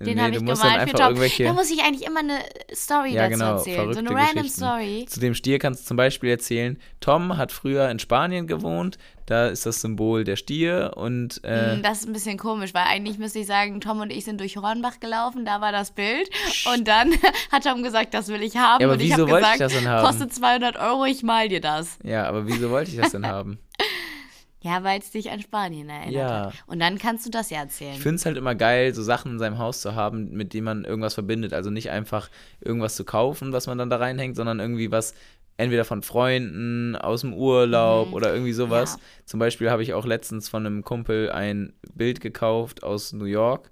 Den habe Äh, du ich musst gemalt dann für einfach Tom. irgendwelche. Da muss ich eigentlich immer eine Story Ja, dazu genau, erzählen. So eine verrückte random Geschichten. Story. Zu dem Stier kannst du zum Beispiel erzählen, Tom hat früher in Spanien gewohnt, da ist das Symbol der Stier und äh, Hm, Das ist ein bisschen komisch, weil eigentlich müsste ich sagen, Tom und ich sind durch Hornbach gelaufen, da war das Bild. Und dann hat Tom gesagt, das will ich haben. Ja, aber und ich wieso habe wollte gesagt, ich das denn haben? kostet 200 Euro, ich mal dir das. ja, aber wieso wollte ich das denn haben? Ja, weil es dich an Spanien erinnert Ja. hat. Und dann kannst du das ja Ich erzählen. finde es halt immer geil, so Sachen in seinem Haus zu haben, mit denen man irgendwas verbindet. Also nicht einfach irgendwas zu kaufen, was man dann da reinhängt, sondern irgendwie was entweder von Freunden, aus dem Urlaub oder irgendwie sowas. Mhm. Ja. Zum Beispiel habe ich auch letztens von einem Kumpel ein Bild gekauft aus New York.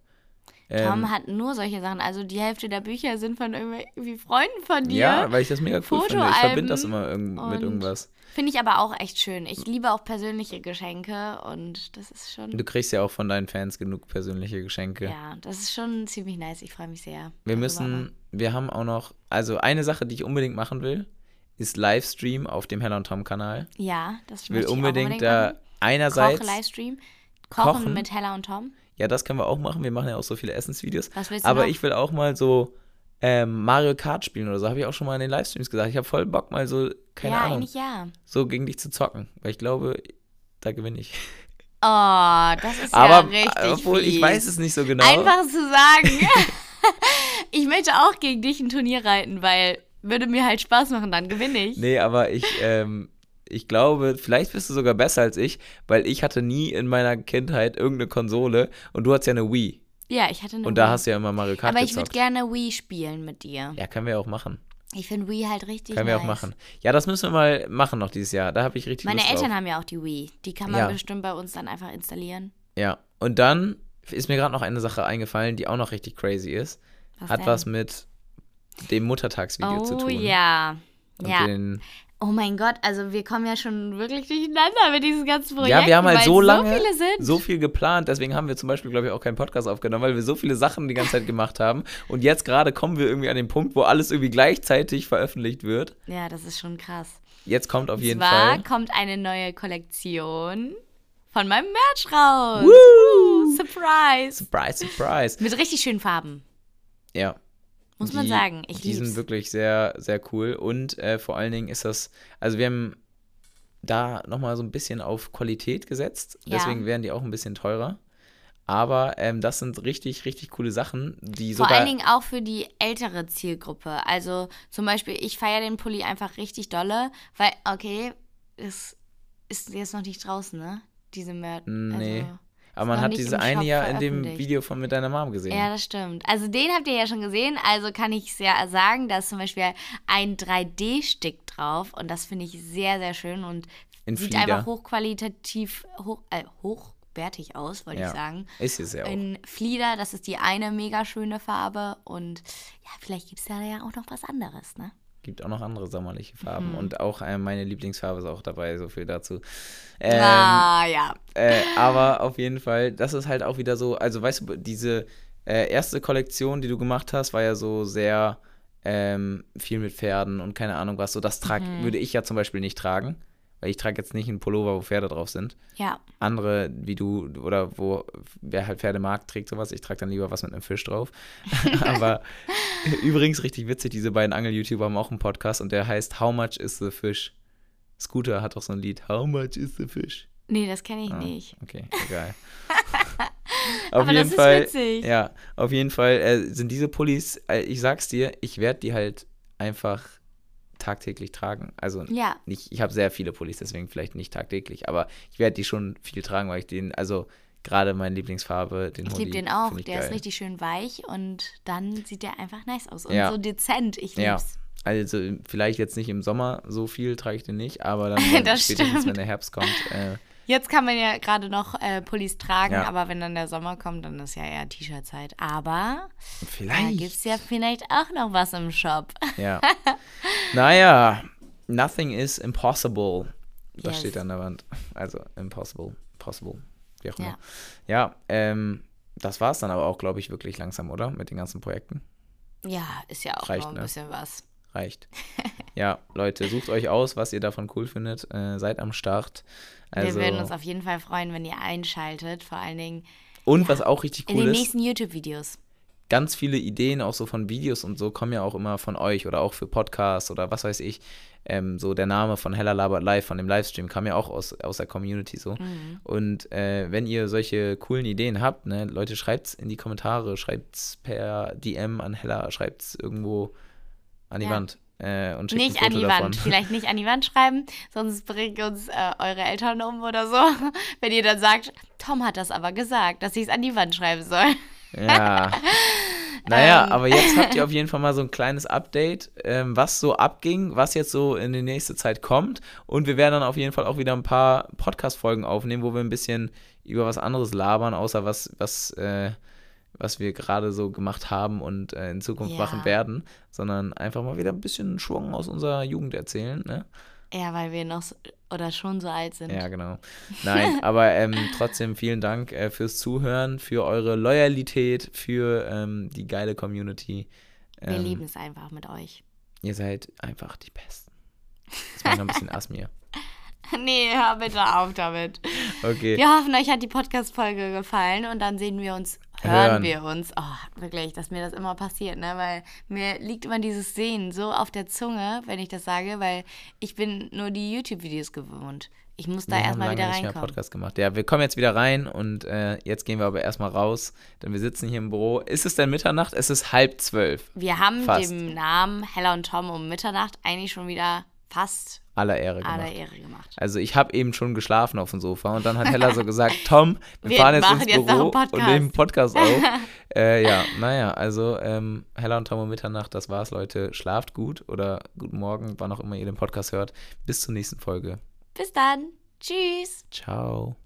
Ähm, Tom hat nur solche Sachen. Also die Hälfte der Bücher sind von irgendwie Freunden von dir. Ja, weil ich das mega cool finde. Ich verbinde das Fotoalben immer irgend und- mit irgendwas. Finde ich aber auch echt schön. Ich liebe auch persönliche Geschenke und das ist schon. Du kriegst ja auch von deinen Fans genug persönliche Geschenke. Ja, das ist schon ziemlich nice. Ich freue mich sehr. darüber. Wir müssen, wir haben auch noch, also eine Sache, die ich unbedingt machen will, ist Livestream auf dem Hell und Tom Kanal. Ja, das Ich will möchte unbedingt, ich auch da machen. einerseits, Koche Livestream. Kochen, Kochen? mit Hella und Tom. ja, das können wir auch machen. Wir machen ja auch so viele Essensvideos. Was willst du Aber noch? ich will auch mal so ähm, Mario Kart spielen oder so. Habe ich auch schon mal in den Livestreams gesagt. Ich habe voll Bock mal so, keine ja, Ahnung, eigentlich ja. so gegen dich zu zocken, weil ich glaube, da gewinne ich. Oh, das ist Aber ja äh, richtig. obwohl fies. ich weiß es nicht so genau. Einfach zu sagen, ich möchte auch gegen dich ein Turnier reiten, weil würde mir halt Spaß machen, dann gewinne ich. Nee, aber ich, ähm, ich glaube, vielleicht bist du sogar besser als ich, weil ich hatte nie in meiner Kindheit irgendeine Konsole und du hattest ja eine Wii. Ja, ich hatte eine Und da Wii. hast du ja immer Mario Kart Aber ich würde gezockt. gerne Wii spielen mit dir. ja, können wir auch machen. Ich finde Wii halt richtig Können wir nice. auch machen. Ja, das müssen wir mal machen noch dieses Jahr. Da habe ich richtig Meine Lust Eltern drauf. haben ja auch die Wii. Die kann man Ja. bestimmt bei uns dann einfach installieren. Ja. Und dann ist mir gerade noch eine Sache eingefallen, die auch noch richtig crazy ist. Was Hat denn? was mit dem Muttertagsvideo oh, zu tun. ja. Und ja. Den, Oh mein Gott, also wir kommen ja schon wirklich durcheinander mit diesen ganzen Projekten. ja, wir haben halt weil so es lange So viele sind. so viel geplant, deswegen haben wir zum Beispiel, glaube ich, auch keinen Podcast aufgenommen, weil wir so viele Sachen die ganze Zeit gemacht haben. Und jetzt gerade kommen wir irgendwie an den Punkt, wo alles irgendwie gleichzeitig veröffentlicht wird. ja, das ist schon krass. Jetzt kommt auf Und jeden zwar Fall. kommt eine neue Kollektion von meinem Merch raus. Woo! Surprise. Surprise, surprise. Mit richtig schönen Farben. Ja. Muss man sagen, ich Die sind lieb's. wirklich sehr, sehr cool. Und äh, vor allen Dingen ist das, also wir haben da nochmal so ein bisschen auf Qualität gesetzt. Ja. Deswegen werden die auch ein bisschen teurer. Aber ähm, das sind richtig, richtig coole Sachen, die Vor sogar. allen Dingen auch für die ältere Zielgruppe. Also zum Beispiel, ich feiere den Pulli einfach richtig dolle, weil, okay, es ist jetzt noch nicht draußen, ne? Diese Merch. Nee. Also, aber man noch hat nicht diese im eine Shop Jahr in dem veröffentlicht. Video von mit deiner Mom gesehen. Ja, das stimmt. Also den habt ihr ja schon gesehen, also kann ich ja sagen, da ist zum Beispiel ein 3D-Stick drauf und das finde ich sehr, sehr schön und In sieht Flieder. einfach hochqualitativ, hoch, äh, hochwertig aus, wollte Ja. ich sagen. Ist es ja auch. In Flieder, das ist die eine mega schöne Farbe und ja, vielleicht gibt es da ja auch noch was anderes, ne? Gibt auch noch andere sommerliche Mhm. Farben. Und auch äh, meine Lieblingsfarbe ist auch dabei, so viel dazu. Ähm, ah, ja. äh, aber auf jeden Fall, das ist halt auch wieder so, also weißt du, diese äh, erste Kollektion, die du gemacht hast, war ja so sehr ähm, viel mit Pferden und keine Ahnung was. So, das trag, würde ich ja zum Beispiel nicht tragen. Weil ich trage jetzt nicht einen Pullover, wo Pferde drauf sind. Ja. Andere, wie du, oder wo wer halt Pferde mag, trägt sowas. Ich trage dann lieber was mit einem Fisch drauf. Aber übrigens richtig witzig, diese beiden Angel-YouTuber haben auch einen Podcast und der heißt How Much is the Fish? Scooter hat auch so ein Lied. How much is the fish? Nee, das kenne ich Ah, nicht. Okay, egal. Aber auf jeden das ist Fall, witzig. Ja, auf jeden Fall äh, sind diese Pullis, äh, ich sag's dir, ich werde die halt einfach tagtäglich tragen. Also Ja. nicht, ich habe sehr viele Pullis, deswegen vielleicht nicht tagtäglich, aber ich werde die schon viel tragen, weil ich den, also gerade meine Lieblingsfarbe, den Ich Hoodie, liebe den auch. find ich Der geil. ist richtig schön weich und dann sieht der einfach nice aus. Und Ja. so dezent. Ich Ja. lieb's. Also vielleicht jetzt nicht im Sommer so viel trage ich den nicht, aber dann wenn- Das spätestens, wenn stimmt. der Herbst kommt, äh, Jetzt kann man ja gerade noch äh, Pullis tragen, Ja. aber wenn dann der Sommer kommt, dann ist ja eher T-Shirt-Zeit. Aber da vielleicht. gibt's ja vielleicht auch noch was im Shop. Ja. naja, nothing is impossible. Das Yes. steht an der Wand. Also impossible, possible, wie auch Ja. immer. Ja, ähm, das war's dann aber auch, glaube ich, wirklich langsam, oder? Mit den ganzen Projekten. Ja, ist ja auch Reicht, noch ein ne? bisschen was. Reicht. ja, Leute, sucht euch aus, was ihr davon cool findet. Äh, seid am Start. Also, Wir würden uns auf jeden Fall freuen, wenn ihr einschaltet, vor allen Dingen und was auch richtig in cool den ist, nächsten YouTube-Videos. ganz viele Ideen auch so von Videos und so kommen ja auch immer von euch oder auch für Podcasts oder was weiß ich. Ähm, so der Name von Hella Labert Live, von dem Livestream, kam ja auch aus, aus der Community so. Mhm. Und äh, wenn ihr solche coolen Ideen habt, ne, Leute, schreibt's in die Kommentare, schreibt's per DM an Hella, schreibt's irgendwo an die Ja. Wand. Äh, und schickt Nicht ein an Foto die davon. Wand. Vielleicht nicht an die Wand schreiben, sonst bringt uns äh, eure Eltern um oder so. Wenn ihr dann sagt, Tom hat das aber gesagt, dass ich es an die Wand schreiben soll. Ja. Naja, Ähm. aber jetzt habt ihr auf jeden Fall mal so ein kleines Update, ähm, was so abging, was jetzt so in die nächste Zeit kommt. Und wir werden dann auf jeden Fall auch wieder ein paar Podcast-Folgen aufnehmen, wo wir ein bisschen über was anderes labern, außer was, was, äh, was wir gerade so gemacht haben und äh, in Zukunft Ja. machen werden, sondern einfach mal wieder ein bisschen Schwung aus unserer Jugend erzählen. Ne? Ja, weil wir noch so, oder schon so alt sind. Ja, genau. Nein, aber ähm, trotzdem vielen Dank äh, fürs Zuhören, für eure Loyalität, für ähm, die geile Community. Wir Ähm, lieben es einfach mit euch. Ihr seid einfach die Besten. Das war noch ein bisschen Asmir. nee, hör bitte auf damit. Okay. Wir hoffen, euch hat die Podcast-Folge gefallen und dann sehen wir uns, hören, Hören. wir uns. Oh, wirklich, dass mir das immer passiert, ne? Weil mir liegt immer dieses Sehen so auf der Zunge, wenn ich das sage, weil ich bin nur die YouTube-Videos gewohnt. Ich muss da wir haben erstmal lange wieder nicht mehr reinkommen. Podcast gemacht. Ja, wir kommen jetzt wieder rein und äh, jetzt gehen wir aber erstmal raus, denn wir sitzen hier im Büro. Ist es denn Mitternacht? Es ist halb zwölf. Wir haben Fast. dem Namen Hella und Tom um Mitternacht eigentlich schon wieder fast Aller Ehre gemacht. alle Ehre gemacht. Also ich habe eben schon geschlafen auf dem Sofa und dann hat Hella so gesagt, Tom, wir, Wir fahren jetzt machen ins jetzt noch Büro einen Podcast. und nehmen einen Podcast auf. äh, ja, naja, also ähm, Hella und Tom um Mitternacht, das war's, Leute. Schlaft gut oder guten Morgen, wann auch immer ihr den Podcast hört. Bis zur nächsten Folge. Bis dann. Tschüss. Ciao.